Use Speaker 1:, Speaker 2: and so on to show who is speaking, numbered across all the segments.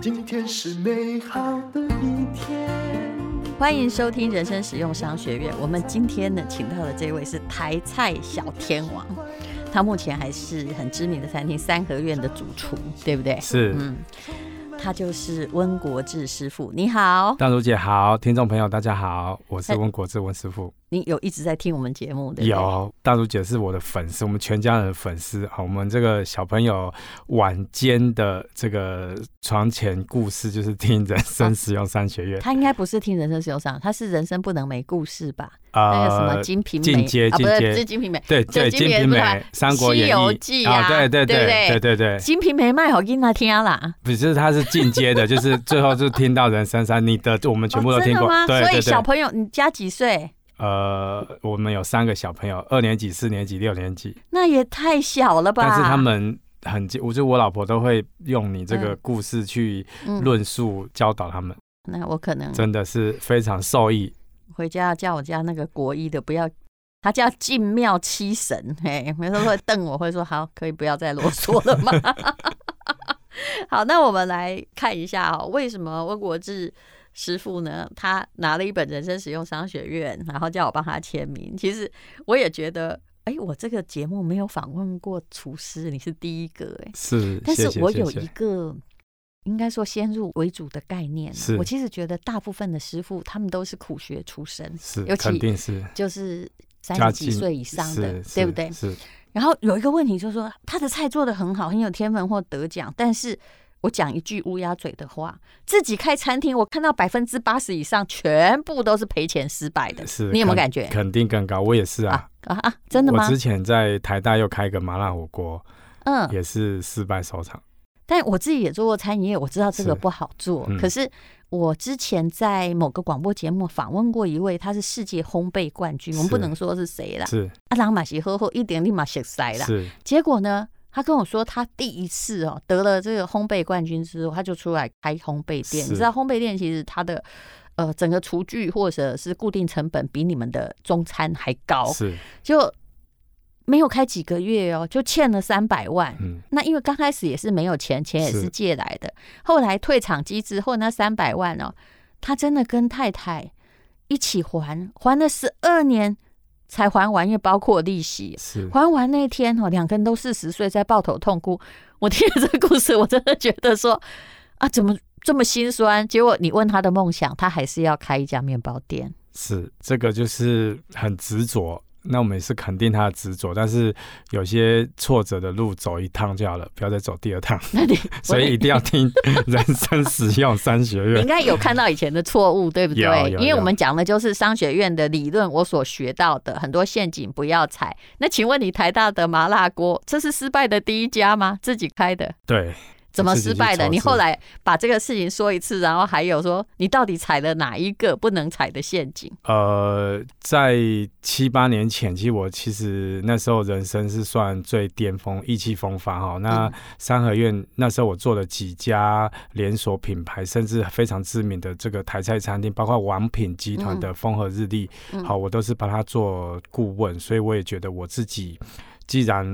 Speaker 1: 今天是美好的一天。
Speaker 2: 欢迎收听人生实用商学院。我们今天呢，请到的这位是台菜小天王，他目前还是很知名的餐厅三合院的主厨，对不对？
Speaker 3: 是，
Speaker 2: 嗯，他就是温国志师傅。你好，
Speaker 3: 大如姐好，听众朋友大家好，我是温国志温师傅。
Speaker 2: 你有一直在听我们节目对不对？。
Speaker 3: 有大如姐是我的粉丝，我们全家人的粉丝好，我们这个小朋友晚间的这个床前故事就是听人生使用商 学院，
Speaker 2: 他应该不是听人生实用商，他是人生不能没故事吧？那个什么《
Speaker 3: 呃，
Speaker 2: 金瓶梅
Speaker 3: 进》阶
Speaker 2: 啊，不
Speaker 3: 进
Speaker 2: 是
Speaker 3: 阶
Speaker 2: 不是《金瓶梅》，
Speaker 3: 对
Speaker 2: 对
Speaker 3: 对，《
Speaker 2: 金
Speaker 3: 金
Speaker 2: 瓶
Speaker 3: 瓶梅
Speaker 2: 梅》
Speaker 3: 《三国演
Speaker 2: 西游
Speaker 3: 义
Speaker 2: 记》啊
Speaker 3: 对对
Speaker 2: 对不对
Speaker 3: 对对对，
Speaker 2: 《金瓶梅》卖好给他听啦。
Speaker 3: 不是他是进 阶的，就是最后就听到人生三，你的我们全部都
Speaker 2: 哦真
Speaker 3: 听
Speaker 2: 的
Speaker 3: 过
Speaker 2: 吗？，
Speaker 3: 对
Speaker 2: 所
Speaker 3: 对
Speaker 2: 以
Speaker 3: 对
Speaker 2: 小。朋友，你家几岁？
Speaker 3: 呃，我们有三个小朋友，二年级、四年级、六年级，
Speaker 2: 那也太小了吧？
Speaker 3: 但是他们很接，我就我老婆都会用你这个
Speaker 2: 嗯
Speaker 3: 故事去
Speaker 2: 嗯
Speaker 3: 论述、教导他们，
Speaker 2: 那我可能
Speaker 3: 真的是非常受益。
Speaker 2: 回家要叫我家那个国一的不要，他叫进庙七神，嘿，每次会瞪我，会说好，可以不要再啰嗦了吗？ 好，那我们来看一下哦，为什么温国志师傅呢？他拿了一本《人生实用商学院》，然后叫我帮他签名。其实我也觉得，哎，我这个节目没有访问过厨师，你是第一个哎、
Speaker 3: 是，
Speaker 2: 但
Speaker 3: 谢
Speaker 2: 是
Speaker 3: 谢
Speaker 2: 我
Speaker 3: 谢
Speaker 2: 有
Speaker 3: 谢
Speaker 2: 一个应该说先入为主的概念啊、
Speaker 3: 是
Speaker 2: 我其实觉得大部分的师傅他们都是苦学出身，尤
Speaker 3: 是
Speaker 2: 其
Speaker 3: 肯定是
Speaker 2: 就是三
Speaker 3: 家
Speaker 2: 十几
Speaker 3: 境
Speaker 2: 岁以上的，
Speaker 3: 是
Speaker 2: 对不
Speaker 3: 是
Speaker 2: 对？
Speaker 3: 是
Speaker 2: 然后有一个问题就是说，他的菜做的很好，很有天分或得奖，但是。我讲一句乌鸦嘴的话，自己开餐厅，我看到百分之八十以上全部都是赔钱失败的，
Speaker 3: 是，
Speaker 2: 你有没有
Speaker 3: 肯
Speaker 2: 感觉
Speaker 3: 肯定更高，我也是啊。
Speaker 2: 啊啊！真的
Speaker 3: 我
Speaker 2: 吗？
Speaker 3: 之前在台大又开个麻辣火锅，
Speaker 2: 嗯，
Speaker 3: 也是失败收场。
Speaker 2: 但我自己也做过餐饮业，我知道这个
Speaker 3: 是
Speaker 2: 不好做。
Speaker 3: 嗯
Speaker 2: 可是我之前在某个广播节目访问过一位，他是世界烘焙冠军，我们
Speaker 3: 是
Speaker 2: 不能说是谁啦，啊
Speaker 3: 是
Speaker 2: 阿朗马西喝后一点立马写塞啦。
Speaker 3: 是
Speaker 2: 结果呢，他跟我说他第一次哦得了这个烘焙冠军之后，他就出来开烘焙店。
Speaker 3: 是
Speaker 2: 你知道烘焙店其实它的呃整个厨具或者是固定成本比你们的中餐还高，
Speaker 3: 是，
Speaker 2: 就没有开几个月哦，就欠了三百万。
Speaker 3: 嗯，
Speaker 2: 那因为刚开始也是没有钱，钱也是
Speaker 3: 是
Speaker 2: 借来的。后来退场机之后，那三百万哦，他真的跟太太一起还，还了十二年才还完，因为包括利息。
Speaker 3: 是
Speaker 2: 还完那天哦，两个人都四十岁，在抱头痛哭。我听了这个故事，我真的觉得说啊，怎么这么心酸？结果你问他的梦想，他还是要开一家面包店。
Speaker 3: 是，这个就是很执着。那我们也是肯定他的执着，但是有些挫折的路走一趟就好了，不要再走第二趟。
Speaker 2: 那你
Speaker 3: 所以一定要听人生实用商学
Speaker 2: 你
Speaker 3: 院
Speaker 2: 应。该有看到以前的错误，对不对
Speaker 3: 有有？有
Speaker 2: 因为我们讲的就是商学院的理论，我所学到的很多陷阱不要踩。那请问你台大的麻辣锅，这是失败的第一家吗？自己开的，
Speaker 3: 对，
Speaker 2: 怎么失败
Speaker 3: 自己去
Speaker 2: 的？
Speaker 3: 筹资
Speaker 2: 你后来把这个事情说一次，然后还有说你到底踩了哪一个不能踩的陷阱？
Speaker 3: 呃，在七八年前，其实我其实那时候人生是算最巅峰、意气风发哈。那
Speaker 2: 嗯
Speaker 3: 三合院那时候我做了几家连锁品牌，甚至非常知名的这个台菜餐厅，包括王品集团的风和日丽，
Speaker 2: 嗯
Speaker 3: 好，我都是帮他做顾问，所以我也觉得我自己既然。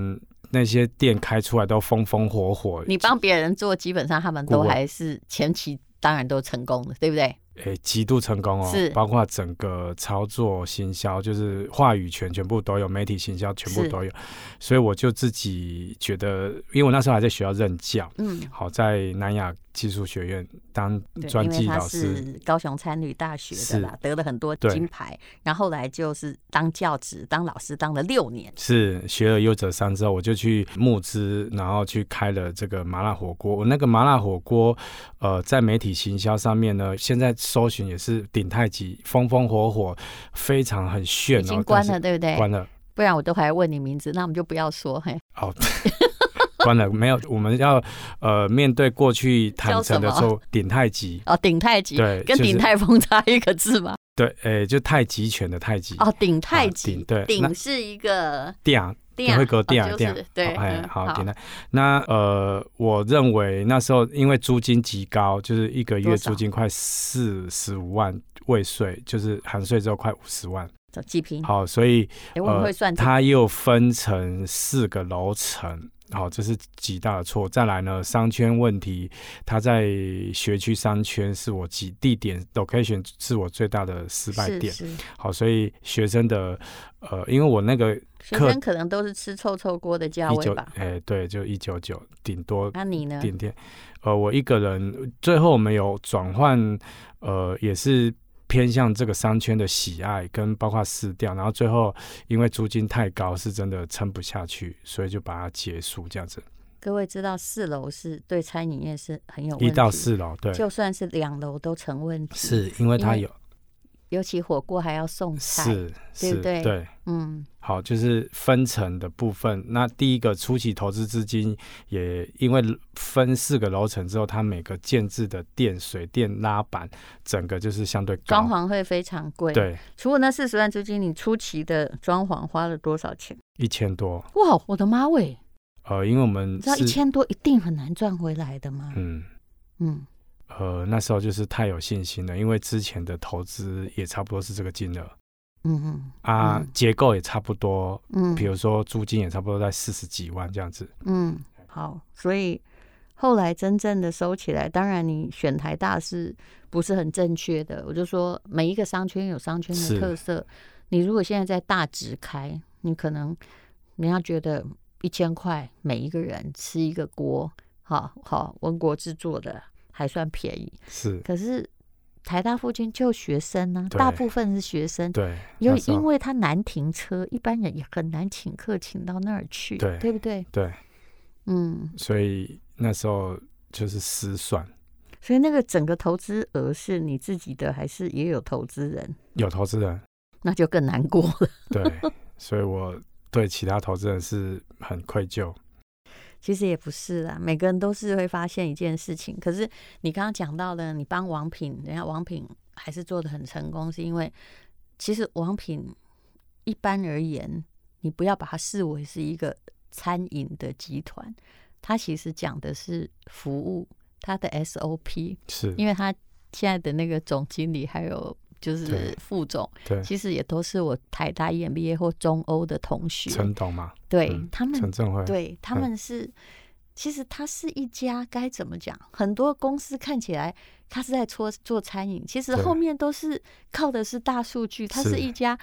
Speaker 3: 那些店开出来都风风火火，
Speaker 2: 你帮别人做，基本上他们
Speaker 3: 顾
Speaker 2: 都
Speaker 3: 问
Speaker 2: 还是前期当然都成功的，对不对？
Speaker 3: 诶，极度成功哦，
Speaker 2: 是
Speaker 3: 包括整个操作行销，就是话语权全部都有，媒体行销全部
Speaker 2: 是
Speaker 3: 都有，所以我就自己觉得，因为我那时候还在学校任教，
Speaker 2: 嗯。
Speaker 3: 好在南亚技术学院当
Speaker 2: 对，
Speaker 3: 专
Speaker 2: 因为
Speaker 3: 技
Speaker 2: 他
Speaker 3: 老师，
Speaker 2: 是高雄参旅大学的啦，得了很多
Speaker 3: 对
Speaker 2: 金牌，然后后来就是当教职、当老师当了六年。
Speaker 3: 是学了优者三之后，我就去募资，然后去开了这个麻辣火锅。我那个麻辣火锅，呃，在媒体行销上面呢，现在搜寻也是鼎泰级，风风火火，非常很炫、哦，
Speaker 2: 已经关了，
Speaker 3: 但
Speaker 2: 对不对
Speaker 3: 是？关了。
Speaker 2: 不然我都还问你名字，那我们就不要说。嘿，
Speaker 3: 哦， 关了，没有，我们要呃面对过去坦诚的
Speaker 2: 叫什
Speaker 3: 时
Speaker 2: 么
Speaker 3: 候，顶太极，
Speaker 2: 哦，鼎泰吉
Speaker 3: 对
Speaker 2: 跟
Speaker 3: 就是
Speaker 2: 鼎泰丰 差一个字吗？
Speaker 3: 对，诶、就太极拳的太极，
Speaker 2: 哦，鼎泰
Speaker 3: 啊
Speaker 2: 吉
Speaker 3: 鼎，对
Speaker 2: 鼎
Speaker 3: 那
Speaker 2: 是一个
Speaker 3: 定啊，
Speaker 2: 店，
Speaker 3: 会隔定
Speaker 2: 哦
Speaker 3: 啊，
Speaker 2: 就
Speaker 3: 定
Speaker 2: 是
Speaker 3: 啊，
Speaker 2: 对，
Speaker 3: 好哎
Speaker 2: 嗯，
Speaker 3: 好，顶泰。那呃，我认为那时候因为租金极高，就是一个
Speaker 2: 多
Speaker 3: 月
Speaker 2: 少
Speaker 3: 租金快四十五万未税，就是含税之后快五十万。
Speaker 2: 几平？
Speaker 3: 好，呃所以
Speaker 2: 哎，我们会算这个
Speaker 3: 它又分成四个楼层。好，这是极大的错。再来呢，商圈问题，它在学区商圈是我几地点 location 是我最大的失败点。
Speaker 2: 是是
Speaker 3: 好，所以学生的呃，因为我那个
Speaker 2: 学
Speaker 3: 课
Speaker 2: 生可能都是吃臭臭锅的价
Speaker 3: 一九
Speaker 2: 位吧？
Speaker 3: 哎，对，就一九九，顶多
Speaker 2: 那、你呢？
Speaker 3: 点点。呃，我一个人，最后我们有转换，呃，也是偏向这个商圈的喜爱，跟包括市调，然后最后因为租金太高，是真的撑不下去，所以就把它结束这样子。
Speaker 2: 各位知道四楼是对餐饮业是很有问题，
Speaker 3: 一到，四楼，对，
Speaker 2: 就算是两楼都成问题。，
Speaker 3: 是因为它有
Speaker 2: 尤其火锅还要送菜，
Speaker 3: 是
Speaker 2: 对
Speaker 3: 是
Speaker 2: 不对嗯，
Speaker 3: 好，就是分层的部分。那第一个初期投资资金也因为分四个楼层之后，它每个建制的电、水电、拉板，整个就是相对高。
Speaker 2: 装潢会非常贵。，
Speaker 3: 对，
Speaker 2: 除了那四十万租金，你初期的装潢花了多少钱？
Speaker 3: 一千多。
Speaker 2: 哇，我的妈喂！
Speaker 3: 呃，因为我们
Speaker 2: 你知道一
Speaker 3: 是
Speaker 2: 千多一定很难赚回来的吗？
Speaker 3: 嗯
Speaker 2: 嗯，
Speaker 3: 呃那时候就是太有信心了，因为之前的投资也差不多是这个金额
Speaker 2: 嗯
Speaker 3: 啊，
Speaker 2: 嗯
Speaker 3: 结构也差不多，
Speaker 2: 嗯
Speaker 3: 比
Speaker 2: 嗯
Speaker 3: 如说租金也差不多在四十几万这样子。
Speaker 2: 嗯，好，所以后来真正的收起来，当然你选台大是不是很正确的？我就说每一个商圈有商圈的
Speaker 3: 是
Speaker 2: 特色，你如果现在在大直开，你可能人家觉得一千块每一个人吃一个锅，好好文国制作的还算便宜，
Speaker 3: 是，
Speaker 2: 可是。台大附近就学生呢、
Speaker 3: 对
Speaker 2: 大部分是学生，
Speaker 3: 对，
Speaker 2: 因
Speaker 3: 那
Speaker 2: 为
Speaker 3: 时候
Speaker 2: 因为它难停车，一般人也很难请客请到那儿去，
Speaker 3: 对
Speaker 2: 不对？
Speaker 3: 对，
Speaker 2: 嗯，
Speaker 3: 所以那时候就是失算，
Speaker 2: 所以那个整个投资额是你自己的，还是也有投资人？
Speaker 3: 有投资人，
Speaker 2: 那就更难过了。
Speaker 3: 对，所以我对其他投资人是很愧疚。
Speaker 2: 其实也不是啦，每个人都是会发现一件事情。可是你刚刚讲到的，你帮王品，人家王品还是做的很成功，是因为其实王品一般而言，你不要把它视为是一个餐饮的集团，它其实讲的是服务，它的 SOP，
Speaker 3: 是，
Speaker 2: 因为他现在的那个总经理还有就是
Speaker 3: 对
Speaker 2: 副总，
Speaker 3: 对，
Speaker 2: 其实也都是我台大 E EMBA 或中欧的同学，
Speaker 3: 陈董嘛，
Speaker 2: 对、
Speaker 3: 嗯
Speaker 2: 他们
Speaker 3: 陈正辉，
Speaker 2: 对他
Speaker 3: 嗯
Speaker 2: 们是，其实它是一家该怎么讲？很多公司看起来它是在做做餐饮，其实
Speaker 3: 对
Speaker 2: 后面都是靠的是大数据，它是
Speaker 3: 是
Speaker 2: 一家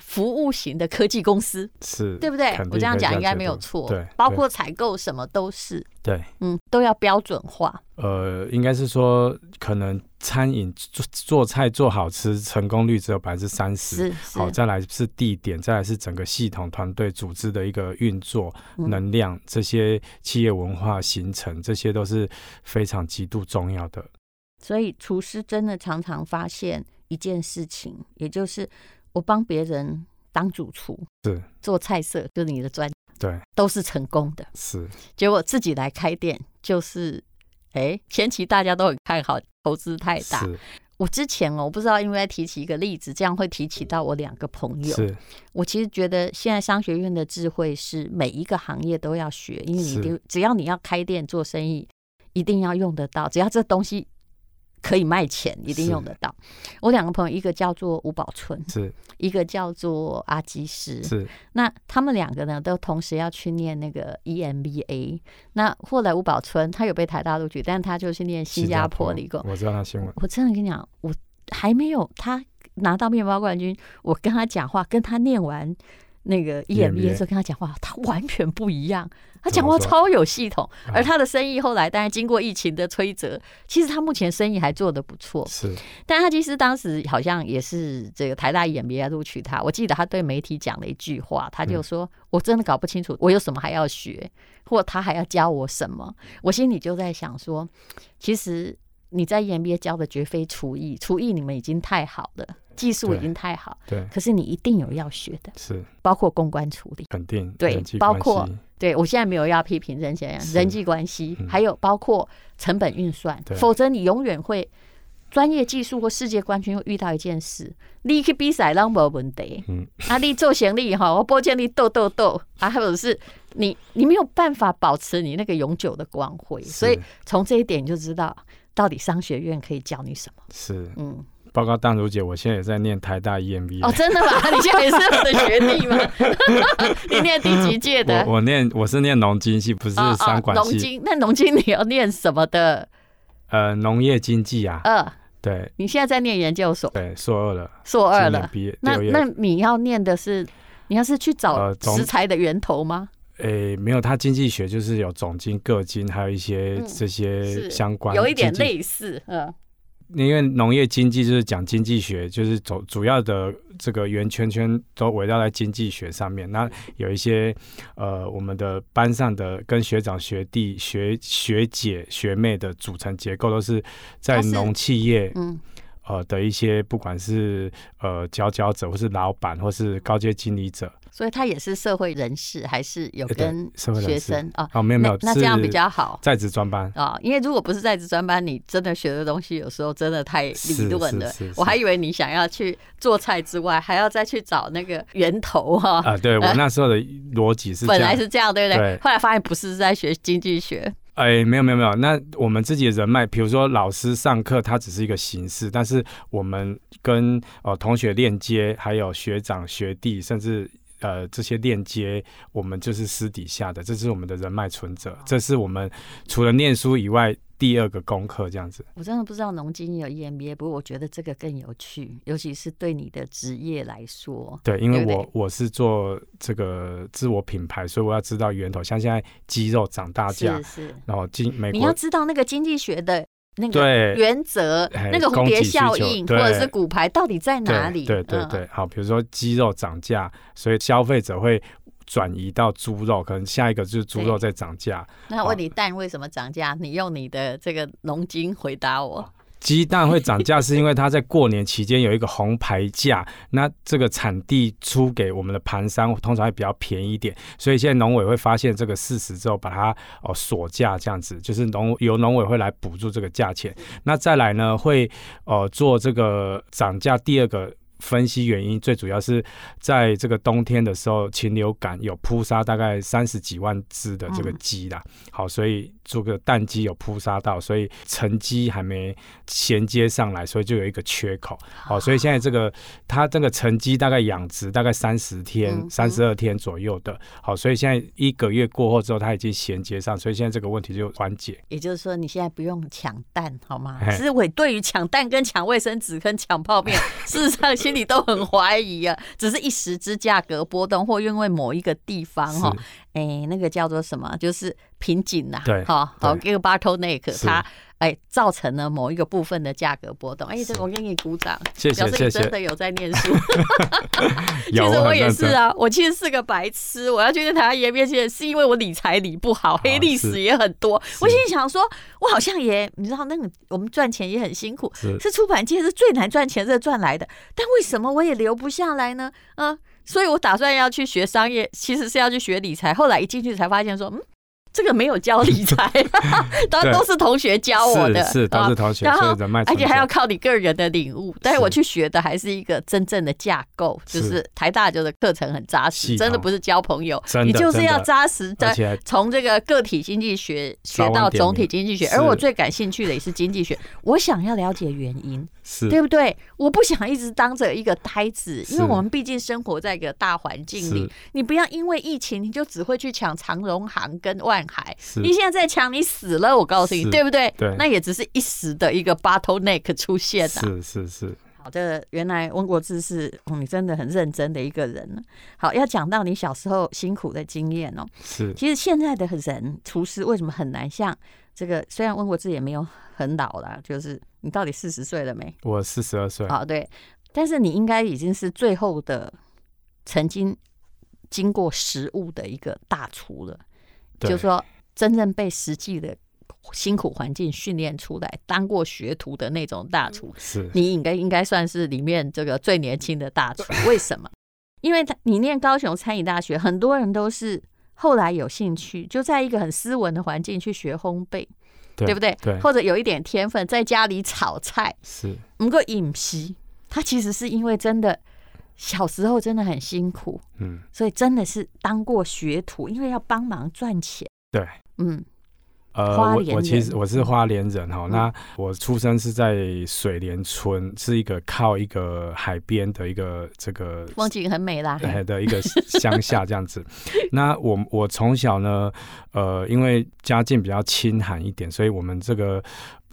Speaker 2: 服务型的科技公司，
Speaker 3: 是，
Speaker 2: 对不对
Speaker 3: 肯？定
Speaker 2: 我这样
Speaker 3: 可以
Speaker 2: 讲
Speaker 3: 样
Speaker 2: 应该
Speaker 3: 觉
Speaker 2: 没有
Speaker 3: 得
Speaker 2: 错，
Speaker 3: 对，
Speaker 2: 包
Speaker 3: 对
Speaker 2: 括采购什么都是，
Speaker 3: 对。
Speaker 2: 嗯，都要标准化，
Speaker 3: 呃，应该是说，可能餐饮做做菜做好吃，成功率只有百分之三十。
Speaker 2: 是是
Speaker 3: 好，，再来是地点，再来是整个系统团队组织的一个运作、
Speaker 2: 嗯
Speaker 3: 能量，这些企业文化形成，这些都是非常极度重要的。
Speaker 2: 所以厨师真的常常发现一件事情，也就是我帮别人当主厨，
Speaker 3: 是
Speaker 2: 做菜色，就是你的专
Speaker 3: 对，
Speaker 2: 都是成功的。
Speaker 3: 是
Speaker 2: 结果自己来开店，就是哎，前期大家都很看好，投资太大。
Speaker 3: 是
Speaker 2: 我之前哦，我不知道，因为提起一个例子，这样会提起到我两个朋友。
Speaker 3: 是
Speaker 2: 我其实觉得现在商学院的智慧是每一个行业都要学，因为你
Speaker 3: 是
Speaker 2: 丢只要你要开店做生意，一定要用得到，只要这东西可以卖钱，一定
Speaker 3: 是
Speaker 2: 用得到。我两个朋友，一个叫做吴宝春，
Speaker 3: 是
Speaker 2: 一个叫做阿基师。
Speaker 3: 是
Speaker 2: 那他们两个呢，都同时要去念那个 E EMBA。那后来吴宝春他有被台大录取，但他就去念新加坡理工。
Speaker 3: 我知道那新闻，
Speaker 2: 我真的跟你讲，我还没有他拿到面包冠军，我跟他讲话，跟他念完那个 E EMBA
Speaker 3: EMBA
Speaker 2: 之后跟他讲话，他完全不一样。他
Speaker 3: 怎
Speaker 2: 讲
Speaker 3: 么
Speaker 2: 话
Speaker 3: 说
Speaker 2: 超有系统，
Speaker 3: 啊
Speaker 2: 而他的生意后来当然经过疫情的摧折，其实他目前生意还做得不错。
Speaker 3: 是
Speaker 2: 但他其实当时好像也是这个台大演别录取他，我记得他对媒体讲了一句话，他就说：“我真的搞不清楚我有什么还要学，或他还要教我什么。”我心里就在想说，其实你在 MBA 教的绝非厨艺，厨艺你们已经太好了，技术已经太好，
Speaker 3: 对
Speaker 2: 可是你一定有要学的，
Speaker 3: 是
Speaker 2: 包括公关处理。
Speaker 3: 肯定
Speaker 2: 对
Speaker 3: 人际
Speaker 2: 包
Speaker 3: 关
Speaker 2: 括
Speaker 3: 系
Speaker 2: 对我现在没有要批评任贤阳
Speaker 3: 是
Speaker 2: 人际关系，
Speaker 3: 嗯
Speaker 2: 还有包括成本运算，
Speaker 3: 对
Speaker 2: 否则你永远会专业技术或世界冠军会遇到一件事，你去比赛拢无问题，
Speaker 3: 嗯
Speaker 2: 啊，你做行李哈，我波建力斗斗斗啊，或者是你你没有办法保持你那个永久的光辉，所以
Speaker 3: 是
Speaker 2: 从这一点你就知道到底商学院可以教你什么。
Speaker 3: 是
Speaker 2: 嗯，
Speaker 3: 报告淡如姐，我现在也在念台大 E EMBA，、
Speaker 2: 哦，真的吗？ 你现在也是我的学弟吗？ 你念第几届的？
Speaker 3: 我我念我是念农经系，不是
Speaker 2: 哦
Speaker 3: 商管
Speaker 2: 哦农
Speaker 3: 系，
Speaker 2: 经，那农经你要念什么的？
Speaker 3: 呃，农业经济啊，
Speaker 2: 呃，
Speaker 3: 对
Speaker 2: 你现在在念研究所，
Speaker 3: 对，硕二了，
Speaker 2: 硕二
Speaker 3: 今
Speaker 2: 了
Speaker 3: 年。毕业
Speaker 2: 那
Speaker 3: 六月，
Speaker 2: 那你要念的是，你要是去找
Speaker 3: 呃总
Speaker 2: 食材的源头吗？
Speaker 3: 诶，没有，它经济学就是有总经、各经，还有一些
Speaker 2: 嗯
Speaker 3: 这些
Speaker 2: 是
Speaker 3: 呃相关、
Speaker 2: 有一点。类似，嗯，
Speaker 3: 因为农业经济就是讲经济学，就是走主要的这个圆圈圈都围绕在经济学上面。那有一些呃，我们的班上的跟学长、学弟、学学姐、学妹的组成结构都是在
Speaker 2: 它是
Speaker 3: 农企业
Speaker 2: 嗯，
Speaker 3: 呃的一些，不管是呃佼佼者，或是老板，或是高阶经理者。
Speaker 2: 所以他也是社会人士，还是有
Speaker 3: 呃对
Speaker 2: 跟
Speaker 3: 社会人
Speaker 2: 学
Speaker 3: 士
Speaker 2: 生啊？
Speaker 3: 哦，没有没有
Speaker 2: 那，那这样
Speaker 3: 是
Speaker 2: 比较好
Speaker 3: 在职专班。
Speaker 2: 啊，因为如果不是在职专班，你真的学的东西有时候真的太理
Speaker 3: 是
Speaker 2: 论
Speaker 3: 是
Speaker 2: 了
Speaker 3: 是。
Speaker 2: 我
Speaker 3: 是
Speaker 2: 还以为你想要去做菜之外，还要再去找那个源头哈。
Speaker 3: 啊、对我那时候的逻辑是这
Speaker 2: 哦 本
Speaker 3: 样，
Speaker 2: 来是这样，对不对？
Speaker 3: 对
Speaker 2: 后来发现不是是在学经济学，
Speaker 3: 哎，没有没有没有，那我们自己的人脉，比如说老师上课，它只是一个形式，但是我们跟呃同学链接，还有学长学弟，甚至呃这些链接，我们就是私底下的，这是我们的人脉存折，这是我们除了念书以外第二个功课，这样子。
Speaker 2: 我真的不知道农经有 E EMBA，不过我觉得这个更有趣，尤其是对你的职业来说。
Speaker 3: 对，因为
Speaker 2: 对不
Speaker 3: 我我是做这个自我品牌，所以我要知道源头，像现在鸡肉涨大价
Speaker 2: 是，是，
Speaker 3: 然后进美
Speaker 2: 你要
Speaker 3: 国，
Speaker 2: 知道那个经济学的那个
Speaker 3: 对，
Speaker 2: 原则，
Speaker 3: 哎
Speaker 2: 那个蝴蝶效应
Speaker 3: 供给需求
Speaker 2: 或
Speaker 3: 对
Speaker 2: 者是骨牌到底在哪里？
Speaker 3: 对对对
Speaker 2: 嗯
Speaker 3: 对，好，比如说鸡肉涨价，所以消费者会转移到猪肉，可能下一个就是猪肉
Speaker 2: 对
Speaker 3: 在涨价。
Speaker 2: 那问你蛋为什么涨价？你用你的这个农经回答我。
Speaker 3: 鸡蛋会涨 价，是因为它在过年期间有一个红牌价，那这个产地出给我们的盘商通常会比较便宜一点，所以现在农委会发现这个事实之后，把它哦锁价这样子，就是农由农委会来补助这个价钱。那再来呢，会呃做这个涨价第二个。分析原因最主要是在这个冬天的时候，禽流感有扑杀大概三十几万只的这个
Speaker 2: 嗯
Speaker 3: 鸡啦，好，所以这个蛋鸡有扑杀到，所以成鸡还没衔接上来，所以就有一个缺口。好，所以现在这个它这个成鸡大概养殖大概三十天
Speaker 2: 嗯、
Speaker 3: 三十二天左右的。好，所以现在一个月过后之后，它已经衔接上，所以现在这个问题就缓解。
Speaker 2: 也就是说，你现在不用抢蛋，好吗？
Speaker 3: 嘿
Speaker 2: 其实我对于抢蛋、跟抢卫生纸、跟抢泡 面，事实上心里都很怀疑啊。只是一时之价格波动，或因为某一个地方哈，哎、那个叫做什么，就是瓶颈呐、
Speaker 3: 对
Speaker 2: 哈，
Speaker 3: 对
Speaker 2: 好，一个 bottleneck，
Speaker 3: 是
Speaker 2: 它哎、造成了某一个部分的价格波动。哎、这个我给你鼓掌，
Speaker 3: 谢谢
Speaker 2: 表示
Speaker 3: 谢
Speaker 2: 你
Speaker 3: 谢
Speaker 2: 真，的有在念书。 其
Speaker 3: 有
Speaker 2: 实
Speaker 3: 很
Speaker 2: 我也
Speaker 3: 认
Speaker 2: 是
Speaker 3: 真
Speaker 2: 啊，我其实是个白痴，我要去跟台湾爷面前，是因为我理财理不好，黑历史
Speaker 3: 哦是
Speaker 2: 也很多。我心里想说，我好像也，你知道，那个我们赚钱也很辛苦，
Speaker 3: 是
Speaker 2: 是出版界是最难赚钱、这赚来的，但为什么我也留不下来呢？嗯，所以我打算要去学商业，其实是要去学理财。后来一进去才发现说，嗯，这个没有教理 财， 当然
Speaker 3: 对
Speaker 2: 都是同学教我的，
Speaker 3: 是是
Speaker 2: 啊
Speaker 3: 都是同学，
Speaker 2: 然
Speaker 3: 所
Speaker 2: 后
Speaker 3: 以人脉
Speaker 2: 而
Speaker 3: 存
Speaker 2: 且还要
Speaker 3: 折。
Speaker 2: 靠你个人的领悟。但是我去学的还是一个真正的架构，
Speaker 3: 是
Speaker 2: 就是台大就是课程很扎
Speaker 3: 系
Speaker 2: 实，
Speaker 3: 统
Speaker 2: 真的不是交朋友
Speaker 3: 真，的
Speaker 2: 你就是要扎实
Speaker 3: 而
Speaker 2: 的。
Speaker 3: 且还
Speaker 2: 从这个个体经济学学
Speaker 3: 稍微
Speaker 2: 到
Speaker 3: 点名
Speaker 2: 总体经济学，
Speaker 3: 是
Speaker 2: 而我最感兴趣的也是经济学。我想要了解原因，
Speaker 3: 是
Speaker 2: 对不对？我不想一直当着一个呆子，因为
Speaker 3: 是
Speaker 2: 我们毕竟生活在一个大环境里
Speaker 3: 是。
Speaker 2: 你不要因为疫情，你就只会去抢长荣航跟万海，
Speaker 3: 是
Speaker 2: 你现在在抢，你死了，我告诉你，
Speaker 3: 是
Speaker 2: 对不对？
Speaker 3: 对
Speaker 2: 那也只是一时的一个 bottleneck 出现啊。
Speaker 3: 是是是，
Speaker 2: 好的，原来温国志是、嗯、你真的很认真的一个人呢。好，要讲到你小时候辛苦的经验哦。
Speaker 3: 是
Speaker 2: 其实现在的人厨师为什么很难像这个？虽然温国志也没有很老啦，就是你到底四十岁了没？
Speaker 3: 我四十二岁，
Speaker 2: 好，对，但是你应该已经是最后的曾经经过实物的一个大厨了。
Speaker 3: 对
Speaker 2: 就是说真正被实际的辛苦环境训练出来、当过学徒的那种大厨，
Speaker 3: 是
Speaker 2: 你应该应该算是里面这个最年轻的大厨。为什么？因为他你念高雄餐饮大学，很多人都是后来有兴趣，就在一个很斯文的环境去学烘焙，对不对？
Speaker 3: 对
Speaker 2: 或者有一点天分，在家里炒菜，
Speaker 3: 是
Speaker 2: 能够饮食。他其实是因为真的小时候真的很辛苦，
Speaker 3: 嗯
Speaker 2: 所以真的是当过学徒，因为要帮忙赚钱。
Speaker 3: 对。
Speaker 2: 嗯，
Speaker 3: 呃，
Speaker 2: 花
Speaker 3: 我
Speaker 2: 莲
Speaker 3: 我其实
Speaker 2: 人嗯
Speaker 3: 我是花莲人哈、那我出生是在水莲村，是一个靠一个海边的一个这个
Speaker 2: 风景很美啦。
Speaker 3: 哎的一个乡下这 样子。那我我从小呢，呃，因为家境比较清寒一点，所以我们这个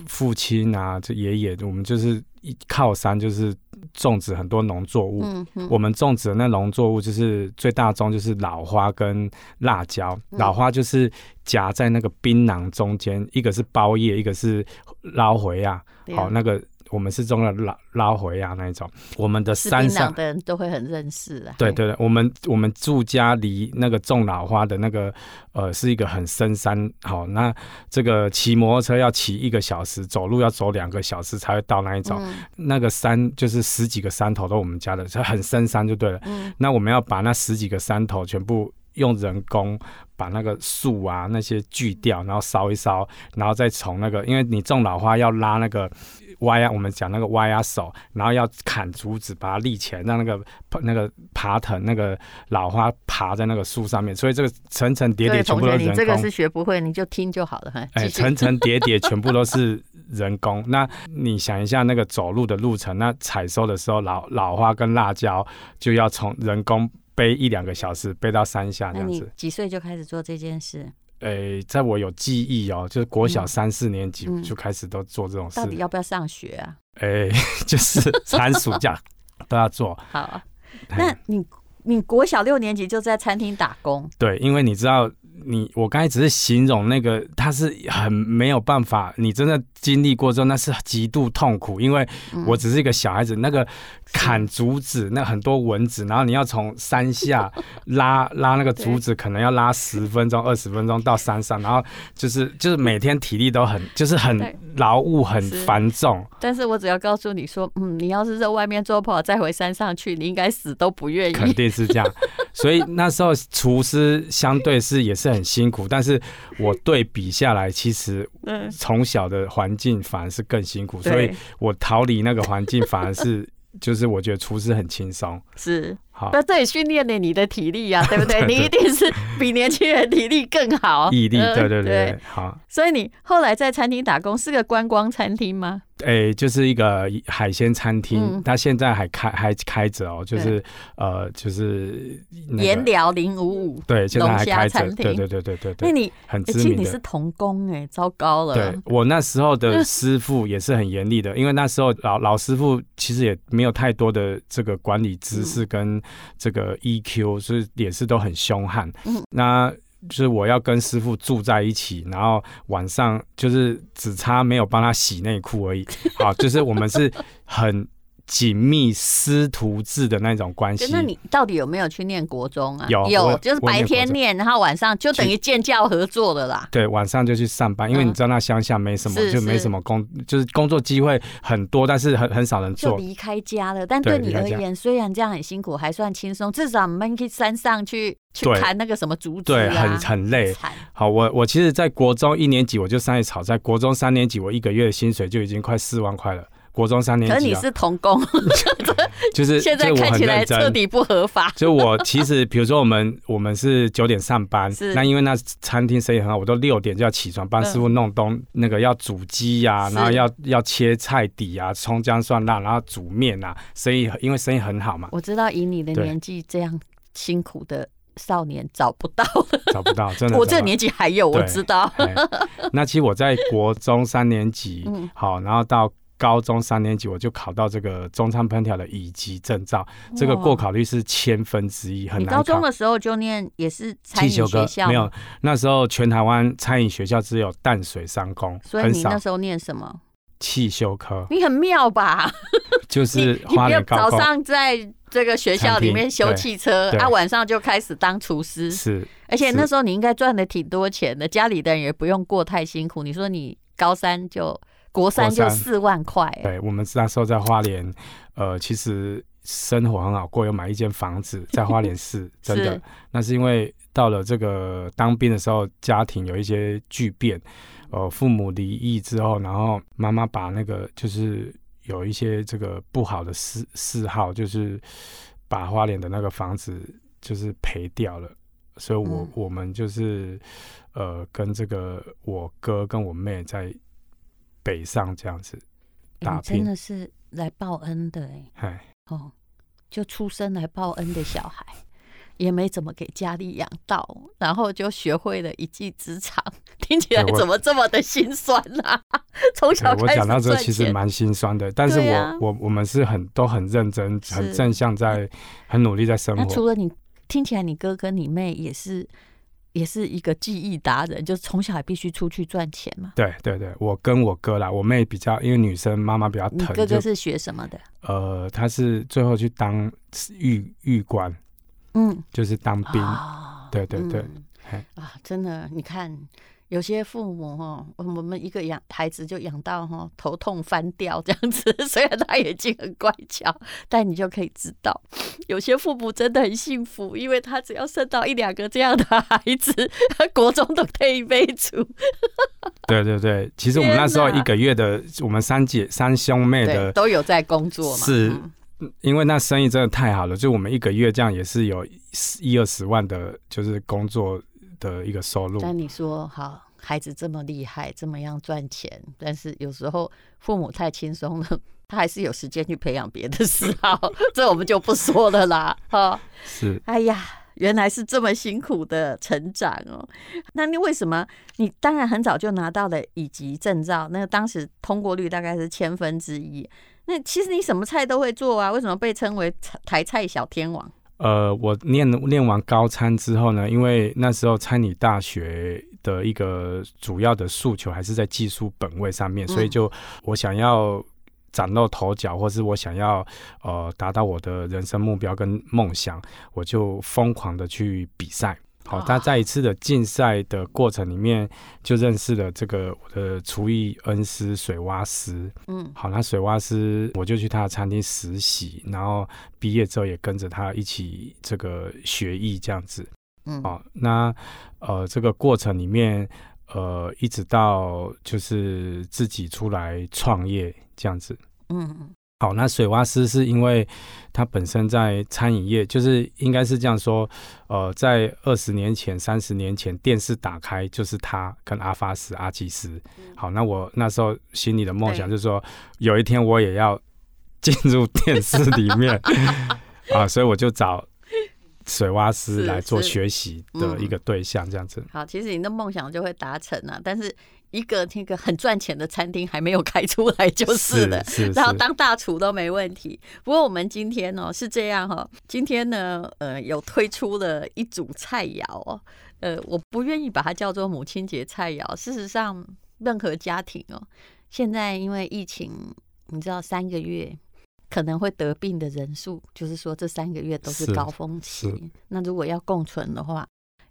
Speaker 3: 父亲啊，这爷爷，我们就是一靠山就是种植很多农作物。
Speaker 2: 嗯嗯
Speaker 3: 我们种植的那农作物就是最大宗就是老花跟辣椒，
Speaker 2: 嗯
Speaker 3: 老花就是夹在那个槟榔中间，一个是包叶，一个是捞回啊。
Speaker 2: 对啊
Speaker 3: 好，那个我们是种了捞捞回啊那一种。我们的
Speaker 2: 吃
Speaker 3: 山
Speaker 2: 槟
Speaker 3: 上
Speaker 2: 榔的人都会很认识啦。
Speaker 3: 对
Speaker 2: 嘿，
Speaker 3: 对对，我们我们住家离那个种老花的那个呃是一个很深山，好，那这个骑摩托车要骑一个小时，走路要走两个小时才会到那一种，
Speaker 2: 嗯
Speaker 3: 那个山就是十几个山头都我们家的，它很深山就对了。
Speaker 2: 嗯
Speaker 3: 那我们要把那十几个山头全部用人工把那个树啊那些锯掉，然后烧一烧，然后再从那个，因为你种老花要拉那个歪啊，我们讲那个歪啊手，然后要砍竹子把它立起来，让那个那个爬藤那个老花爬在那个树上面，所以这个层层叠
Speaker 2: 各
Speaker 3: 叠
Speaker 2: 位
Speaker 3: 全
Speaker 2: 同
Speaker 3: 部都
Speaker 2: 学，
Speaker 3: 是
Speaker 2: 你
Speaker 3: 人
Speaker 2: 这
Speaker 3: 工
Speaker 2: 个。是学不会，你就听就好了。嘿
Speaker 3: 哎，
Speaker 2: 继续
Speaker 3: 层层叠 叠，全部都是人工。那你想一下，那个走路的路程，那采收的时候，老老花跟辣椒就要从人工背一两个小时，背到山 啊下
Speaker 2: 那
Speaker 3: 这样
Speaker 2: 你
Speaker 3: 子。
Speaker 2: 几岁就开始做这件事？
Speaker 3: 哎，在我有记忆哦，就是国小
Speaker 2: 嗯
Speaker 3: 三四年级
Speaker 2: 嗯
Speaker 3: 就开始都做这种事
Speaker 2: 到，底要不要上学啊？
Speaker 3: 哎， 就是寒暑假都要做。
Speaker 2: 好啊，
Speaker 3: 嘿
Speaker 2: 那你你国小六年级就在餐厅打工，
Speaker 3: 对，因为你知道，你我刚才只是形容那个，他是很没有办法，你真的经历过之后，那是极度痛苦，因为
Speaker 2: 嗯
Speaker 3: 我只是一个小孩子，那个砍竹子，那很多蚊子，然后你要从山下拉拉那个竹子，可能要拉十分钟、二十分钟到山上，然后就是就是每天体力都很就是很
Speaker 2: 对
Speaker 3: 劳务很
Speaker 2: 是
Speaker 3: 繁重，
Speaker 2: 但是我只要告诉你说，嗯，你要是在外面做不好，再回山上去，你应该死都不愿
Speaker 3: 肯
Speaker 2: 意。
Speaker 3: 定是这样。所以那时候厨师相对是也是很辛苦，但是我对比下来，其实
Speaker 2: 嗯，
Speaker 3: 从小的环境反而是更辛苦，所以
Speaker 2: 对，
Speaker 3: 我逃离那个环境反而 是就是我觉得厨师很轻松。
Speaker 2: 是，
Speaker 3: 好，
Speaker 2: 那这也训练了你的体力呀、对不对？
Speaker 3: 对
Speaker 2: 你
Speaker 3: 对
Speaker 2: 一定是比年轻人体力更好，
Speaker 3: 毅力，
Speaker 2: 嗯
Speaker 3: 对对对对，好，
Speaker 2: 所以你后来在餐厅打工，是个观光餐厅吗？
Speaker 3: 诶、就是一个海鲜餐厅，
Speaker 2: 嗯
Speaker 3: 它现在还开还开着哦，就是呃，就是那
Speaker 2: 盐
Speaker 3: 个
Speaker 2: 寮零五五。
Speaker 3: 对，现在还开着
Speaker 2: 龙虾餐，厅
Speaker 3: 对对对对对
Speaker 2: 那
Speaker 3: 对，
Speaker 2: 你、
Speaker 3: 很
Speaker 2: 欸
Speaker 3: 知
Speaker 2: 其实
Speaker 3: 名
Speaker 2: 你
Speaker 3: 的
Speaker 2: 是。童工哎、糟糕了。
Speaker 3: 对我那时 候的师傅也是很严厉的，因为那时候老老师傅其实也没有太多的这个管理知
Speaker 2: 嗯
Speaker 3: 识跟这个 EQ，、所以也是都很凶悍。
Speaker 2: 嗯
Speaker 3: 那就是我要跟师傅住在一起，然后晚上就是只差没有帮他洗内 裤而已。好，就是我们是很紧密师徒制的那种关系
Speaker 2: 对。那你到底有没有去念国中啊？
Speaker 3: 有我有
Speaker 2: 就是白天念，然后晚上就等于建教合作的啦。
Speaker 3: 对，晚上就去上班，因为你
Speaker 2: 嗯
Speaker 3: 知道那乡下没什么，
Speaker 2: 是
Speaker 3: 就没
Speaker 2: 是
Speaker 3: 什么工，就是工作机会很多，但是很很少人
Speaker 2: 就
Speaker 3: 做。
Speaker 2: 离开家了，但对
Speaker 3: 对
Speaker 2: 你
Speaker 3: 离开
Speaker 2: 而
Speaker 3: 家
Speaker 2: 言，虽然这样很辛苦，还算轻松，至少我们去山上去去
Speaker 3: 对
Speaker 2: 砍那个什么竹子
Speaker 3: 对，
Speaker 2: 啊，
Speaker 3: 很很累。
Speaker 2: 惨。
Speaker 3: 好，我我其实，在国中一年级我就上去炒菜，国中三年级我一个月的薪水就已经快四万块了。国中三
Speaker 2: 可
Speaker 3: 年
Speaker 2: 是
Speaker 3: 级
Speaker 2: 你
Speaker 3: 啊，
Speaker 2: 是童工，
Speaker 3: 就是
Speaker 2: 现在
Speaker 3: 就我
Speaker 2: 看
Speaker 3: 很
Speaker 2: 起来
Speaker 3: 认
Speaker 2: 彻
Speaker 3: 真。
Speaker 2: 底不合法。
Speaker 3: 就我其实，比如说我们我们是九点上班
Speaker 2: 是，
Speaker 3: 那因为那餐厅生意很好，我都六点就要起床帮
Speaker 2: 嗯
Speaker 3: 师傅弄东，那个要煮鸡呀、
Speaker 2: 是
Speaker 3: 然后要要切菜底啊，葱姜蒜辣，然后煮面啊，生意因为生意很好嘛，
Speaker 2: 我知道以你的
Speaker 3: 对
Speaker 2: 年纪这样辛苦的少年找不到了，
Speaker 3: 找不到，真的。
Speaker 2: 我这
Speaker 3: 找
Speaker 2: 个
Speaker 3: 不到
Speaker 2: 年纪还有，我
Speaker 3: 对
Speaker 2: 知道。
Speaker 3: 哎 那其实我在国中三年级，
Speaker 2: 嗯
Speaker 3: 好，然后到高中三年级，我就考到这个中餐烹调的乙级证照，这个
Speaker 2: 哇
Speaker 3: 过考率是千分之一，很
Speaker 2: 你
Speaker 3: 难
Speaker 2: 高中
Speaker 3: 考。
Speaker 2: 的时候就念也是餐
Speaker 3: 气
Speaker 2: 饮
Speaker 3: 球
Speaker 2: 学
Speaker 3: 哥
Speaker 2: 校，
Speaker 3: 没有，，那时候全台湾餐饮学校只有淡水三公，
Speaker 2: 所以
Speaker 3: 很
Speaker 2: 你
Speaker 3: 少
Speaker 2: 那时候念什么？
Speaker 3: 汽修科，
Speaker 2: 你很妙吧？
Speaker 3: 就是
Speaker 2: 你你
Speaker 3: 花
Speaker 2: 不要
Speaker 3: 莲高
Speaker 2: 早
Speaker 3: 工
Speaker 2: 上在这个学校里面修汽车，
Speaker 3: 对对
Speaker 2: 啊，晚上就开始当厨师，
Speaker 3: 是
Speaker 2: 而且
Speaker 3: 是
Speaker 2: 那时候你应该赚的挺多钱的，家里的人也不用过太辛苦。你说你高三就国三就
Speaker 3: 国三
Speaker 2: 四万块、
Speaker 3: 对，我们那时候在花莲，呃，其实生活很好过，有买一间房子在花莲 市，真的
Speaker 2: 是。
Speaker 3: 那是因为到了这个当兵的时候，家庭有一些巨变，呃，父母离异之后，然后妈妈把那个就是有一些这个不好的嗜嗜好，就是把花莲的那个房子就是赔掉了。所以我、
Speaker 2: 嗯
Speaker 3: 我们就是呃跟这个我哥跟我妹在北上这样子打
Speaker 2: 你真
Speaker 3: 拼，
Speaker 2: 的是来报恩的哎、
Speaker 3: 哎，
Speaker 2: 哦，就出生来报恩的小孩，也没怎么给家里养到，然后就学会了一技之长， 听起来
Speaker 3: 对我
Speaker 2: 怎么这么的心酸啦、 从
Speaker 3: 对
Speaker 2: 小
Speaker 3: 我
Speaker 2: 开始
Speaker 3: 讲到
Speaker 2: 赚
Speaker 3: 这其实
Speaker 2: 钱
Speaker 3: 蛮心酸的，但是
Speaker 2: 对
Speaker 3: 我、
Speaker 2: 啊
Speaker 3: 我我们是很都很认真、很
Speaker 2: 是
Speaker 3: 正向在，很努力在生
Speaker 2: 那
Speaker 3: 活。
Speaker 2: 除了你，听起来你哥跟你妹也是也是一个技艺达人，就是从小也必须出去赚钱嘛。
Speaker 3: 对对对，我跟我哥啦，我妹比较因为女生妈妈比较
Speaker 2: 你
Speaker 3: 疼，
Speaker 2: 哥哥
Speaker 3: 就是
Speaker 2: 学什么的？
Speaker 3: 呃，她是最后去当狱狱官，
Speaker 2: 嗯，
Speaker 3: 就是当兵。
Speaker 2: 啊
Speaker 3: 对对对
Speaker 2: 嗯
Speaker 3: 嘿
Speaker 2: 啊，真的，你看。有些父母哦，我们一个养孩子就养到哈头痛翻掉这样子， 虽然他已经很乖巧，但你就可以知道，有些父母真的很幸福，因为他只要生到一两个这样的孩子， 国中都可以背 出。
Speaker 3: 对对对，其实我们那时候
Speaker 2: 天哪
Speaker 3: 一个月的，我们三姐三兄妹
Speaker 2: 对，
Speaker 3: 的，
Speaker 2: 都有在工作嘛。
Speaker 3: 是
Speaker 2: 嗯
Speaker 3: 因为那生意真的太好了，就我们一个月这样也是有一二十万的，就是工作的一个收入。
Speaker 2: 但你说好，孩子这么厉害，这么样赚钱，但是有时候父母太轻松了，他还是有时间去培养别的嗜好， 这我们就不说了啦。哈、
Speaker 3: 是
Speaker 2: 哎呀，原来是这么辛苦的成长哦。那你为什么？你当然很早就拿到了乙级证照，那当时通过率大概是千分之一。那其实你什么菜都会做啊，为什么被称为菜台菜小天王？
Speaker 3: 呃，我念念完高餐之后呢，因为那时候餐饮大学的一个主要的诉求还是在技术本位上面，
Speaker 2: 嗯
Speaker 3: 所以就我想要崭露头角，或是我想要呃达到我的人生目标跟梦想，我就疯狂的去比赛。好
Speaker 2: 啊，
Speaker 3: 但在一次的竞赛的过程里面，就认识了这个我的厨艺恩师水蛙师。
Speaker 2: 嗯，
Speaker 3: 好，那水蛙师我就去他的餐厅实习，然后毕业之后也跟着他一起这个学艺这样子。
Speaker 2: 嗯
Speaker 3: 哦，那呃这个过程里面，呃一直到就是自己出来创业这样子。
Speaker 2: 嗯
Speaker 3: 好，那水蛙师是因为他本身在餐饮业，就是应该是这样说，呃，在二十年前、三十年前，电视打开就是他跟阿发斯、阿基斯。
Speaker 2: 嗯
Speaker 3: 好，那我那时候心里的梦想就是说，有一天我也要 进入 电视里面啊，所以我就找水蛙师
Speaker 2: 是
Speaker 3: 来做
Speaker 2: 是嗯
Speaker 3: 学习的一个对象，这样子。
Speaker 2: 好，其实你的梦想就会达成啊，但是一个那个很赚钱的餐厅还没有开出来就是了。
Speaker 3: 是是
Speaker 2: 然后当大厨都没问题。不过我们今天哦是这样哦，今天呢呃有推出了一组菜肴哦，呃我不愿意把它叫做母亲节菜肴。事实上，任何家庭哦，现在因为疫情，你知道三个月。可能会得病的人数，就是说这三个月都是
Speaker 3: 是
Speaker 2: 高峰期
Speaker 3: 是。
Speaker 2: 那如果要共存的话，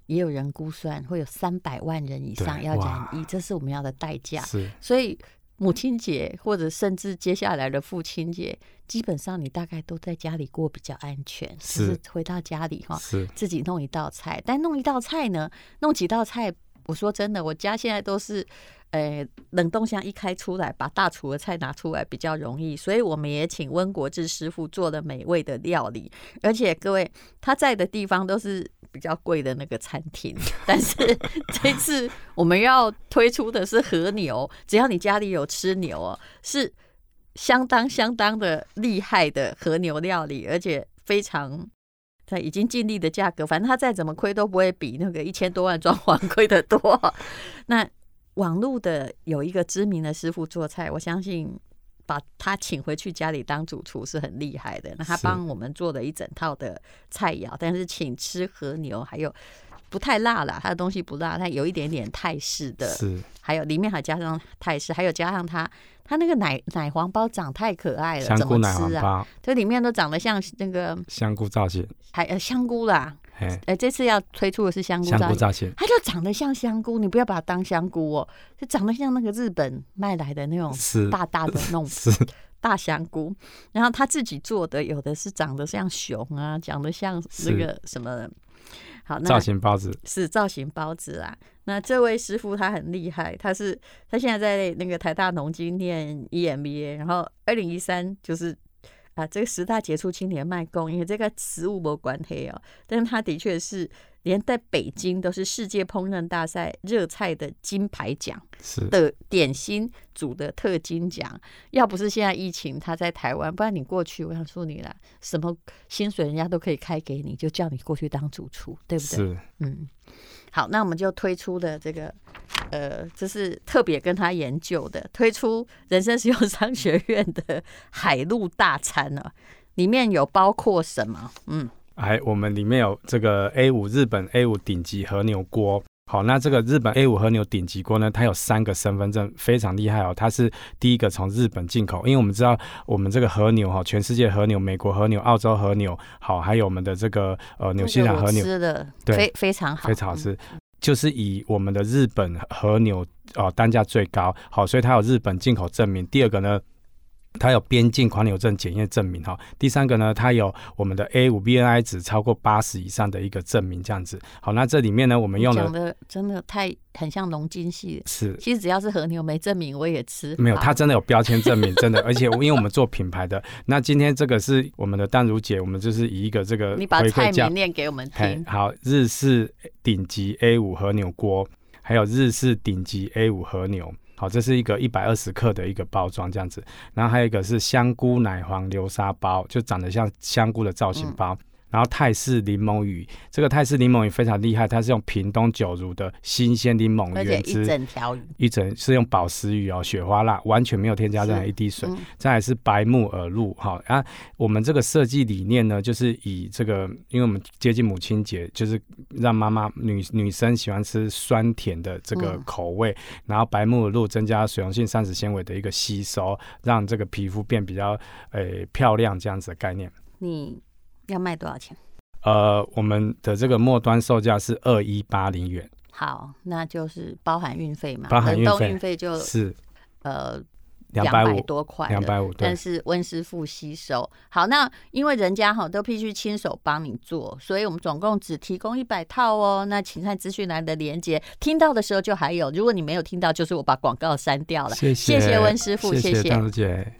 Speaker 2: 也有人估算会有三百万人以上
Speaker 3: 对
Speaker 2: 要染
Speaker 3: 哇
Speaker 2: 疫，这是我们要的代价。
Speaker 3: 是
Speaker 2: 所以母亲节或者甚至接下来的父亲节，基本上你大概都在家里过比较安全，就是是回到家里哈，
Speaker 3: 是
Speaker 2: 自己弄一道菜。但弄一道菜呢，弄几道菜，我说真的，我家现在都是。呃，冷冻箱一开出来，把大厨的菜拿出来比较容易，所以我们也请温国志师傅做了美味的料理。而且各位，他在的地方都是比较贵的那个餐厅， 但是这次我们要推出的是和牛，只要你家里有吃牛哦，是相当相当的厉害的和牛料理，而且非常。对，已经尽力的价格，反正他再怎么亏都不会比那个一千多万装潢亏得多。 那网络的有一个知名的师傅做菜，我相信把他请回去家里当主厨是很厉害的。那他
Speaker 3: 是
Speaker 2: 帮我们做了一整套的菜肴，但是请吃和牛，还有不太辣啦，他的东西不辣，但有一点点泰式的
Speaker 3: 是
Speaker 2: 还有里面还加上泰式，还有加上它它那个奶奶黄包长太可爱了，
Speaker 3: 香
Speaker 2: 怎
Speaker 3: 菇
Speaker 2: 么
Speaker 3: 奶黄
Speaker 2: 吃啊？
Speaker 3: 包、
Speaker 2: 这里面都长得像那个
Speaker 3: 香菇造型，
Speaker 2: 还呃香菇啦，
Speaker 3: 嘿，
Speaker 2: 哎、这次要推出的是香菇
Speaker 3: 香
Speaker 2: 炸
Speaker 3: 菇
Speaker 2: 鸡
Speaker 3: 造型
Speaker 2: 它就长得像香菇，你不要把它当香菇哦，就长得像那个日本卖来的那种
Speaker 3: 是
Speaker 2: 大大的那种
Speaker 3: 是
Speaker 2: 大香菇，然后他自己做的有的是长得像熊啊，长得像那
Speaker 3: 是
Speaker 2: 个什么，好那
Speaker 3: 造型包子，
Speaker 2: 是造型包子啊。那这位师傅他很厉害，他是他现在在那个台大农经念 E EMBA，然后二零一三就是啊这个十大杰出青年卖贡，因为这个食物没关黑哦，但是他的确是连在北京都是世界烹饪大赛热菜的金牌奖
Speaker 3: 是
Speaker 2: 的点心组的特金奖。要不是现在疫情，他在台湾，不然你过去，我想说你啦，什么薪水人家都可以开给你，就叫你过去当主厨，对不对？
Speaker 3: 是
Speaker 2: 嗯，好，那我们就推出的这个，呃，这是特别跟他研究的，推出人生实用商学院的海陆大餐哦，里面有包括什么？嗯，
Speaker 3: 哎，我们里面有这个 A 五日本 A 五顶级和牛锅。好，那这个日本 A 五和牛顶级锅呢，它有三个身份证，非常厉害哦。它是第一个从日本进口，因为我们知道我们这个和牛哈、全世界和牛、美国和牛、澳洲和牛，好，还有我们的这个呃纽西兰和
Speaker 2: 我
Speaker 3: 牛，
Speaker 2: 吃的
Speaker 3: 对
Speaker 2: 非非常好，嗯
Speaker 3: 非常好吃。就是以我们的日本和牛哦、呃单价最高，好，所以它有日本进口证明。第二个呢，它有边境狂牛症检验证明哈、第三个呢，它有我们的 A 五 BNI 值超过八十以上的一个证明，这样子。好，那这里面呢，我
Speaker 2: 我
Speaker 3: 们用
Speaker 2: 讲
Speaker 3: 的
Speaker 2: 的真的太很像龙筋系的，
Speaker 3: 是
Speaker 2: 其实只要是和牛没证明我也吃，
Speaker 3: 没有，
Speaker 2: 好啊
Speaker 3: 它真的有标签证 明，真的。而且因为我们做品牌的，那今天这个是我们的淡如姐，我们就是以一个这个
Speaker 2: 你把
Speaker 3: 回
Speaker 2: 菜
Speaker 3: 馈价
Speaker 2: 名念给我们
Speaker 3: 嘿
Speaker 2: 听，，
Speaker 3: 好，日式顶级 A 五和牛锅，还有日式顶级 A 五和牛。好，这是一个一百二十克的一个包装这样子，然后还有一个是香菇奶黄流沙包，就长得像香菇的造型
Speaker 2: 嗯
Speaker 3: 包。然后泰式柠檬鱼，这个泰式柠檬鱼非常厉害，它是用屏东九如的新鲜柠檬
Speaker 2: 而且
Speaker 3: 原
Speaker 2: 一
Speaker 3: 汁，
Speaker 2: 整条鱼，
Speaker 3: 一整是用宝石鱼哦，雪花蜡，完全没有添加任何一滴水。
Speaker 2: 嗯，
Speaker 3: 再来是白木耳露，好啊，我们这个设计理念呢，就是以这个，因为我们接近母亲节，就是让妈妈女女生喜欢吃酸甜的这个
Speaker 2: 嗯
Speaker 3: 口味，然后白木耳露增加水溶性膳食纤维的一个吸收，让这个皮肤变比较呃漂亮这样子的概念。
Speaker 2: 你要卖多少钱？
Speaker 3: 呃，我们的这个末端售价是二一八零元，
Speaker 2: 好，那就是包含运费嘛，
Speaker 3: 包含
Speaker 2: 冷冻
Speaker 3: 运费
Speaker 2: 运费就是呃
Speaker 3: 两百
Speaker 2: 百
Speaker 3: 五，
Speaker 2: 多块
Speaker 3: 两
Speaker 2: 了。
Speaker 3: 百五对
Speaker 2: 但，是温师傅吸收好，那因为人家哈都必须亲手帮你做，所以我们总共只提供一百套哦。那请看资讯栏的连接，听到的时候就还有，如果你没有听到，就是我把广告删掉了。
Speaker 3: 谢
Speaker 2: 谢温师傅
Speaker 3: 谢
Speaker 2: 谢谢
Speaker 3: 谢淡如姐。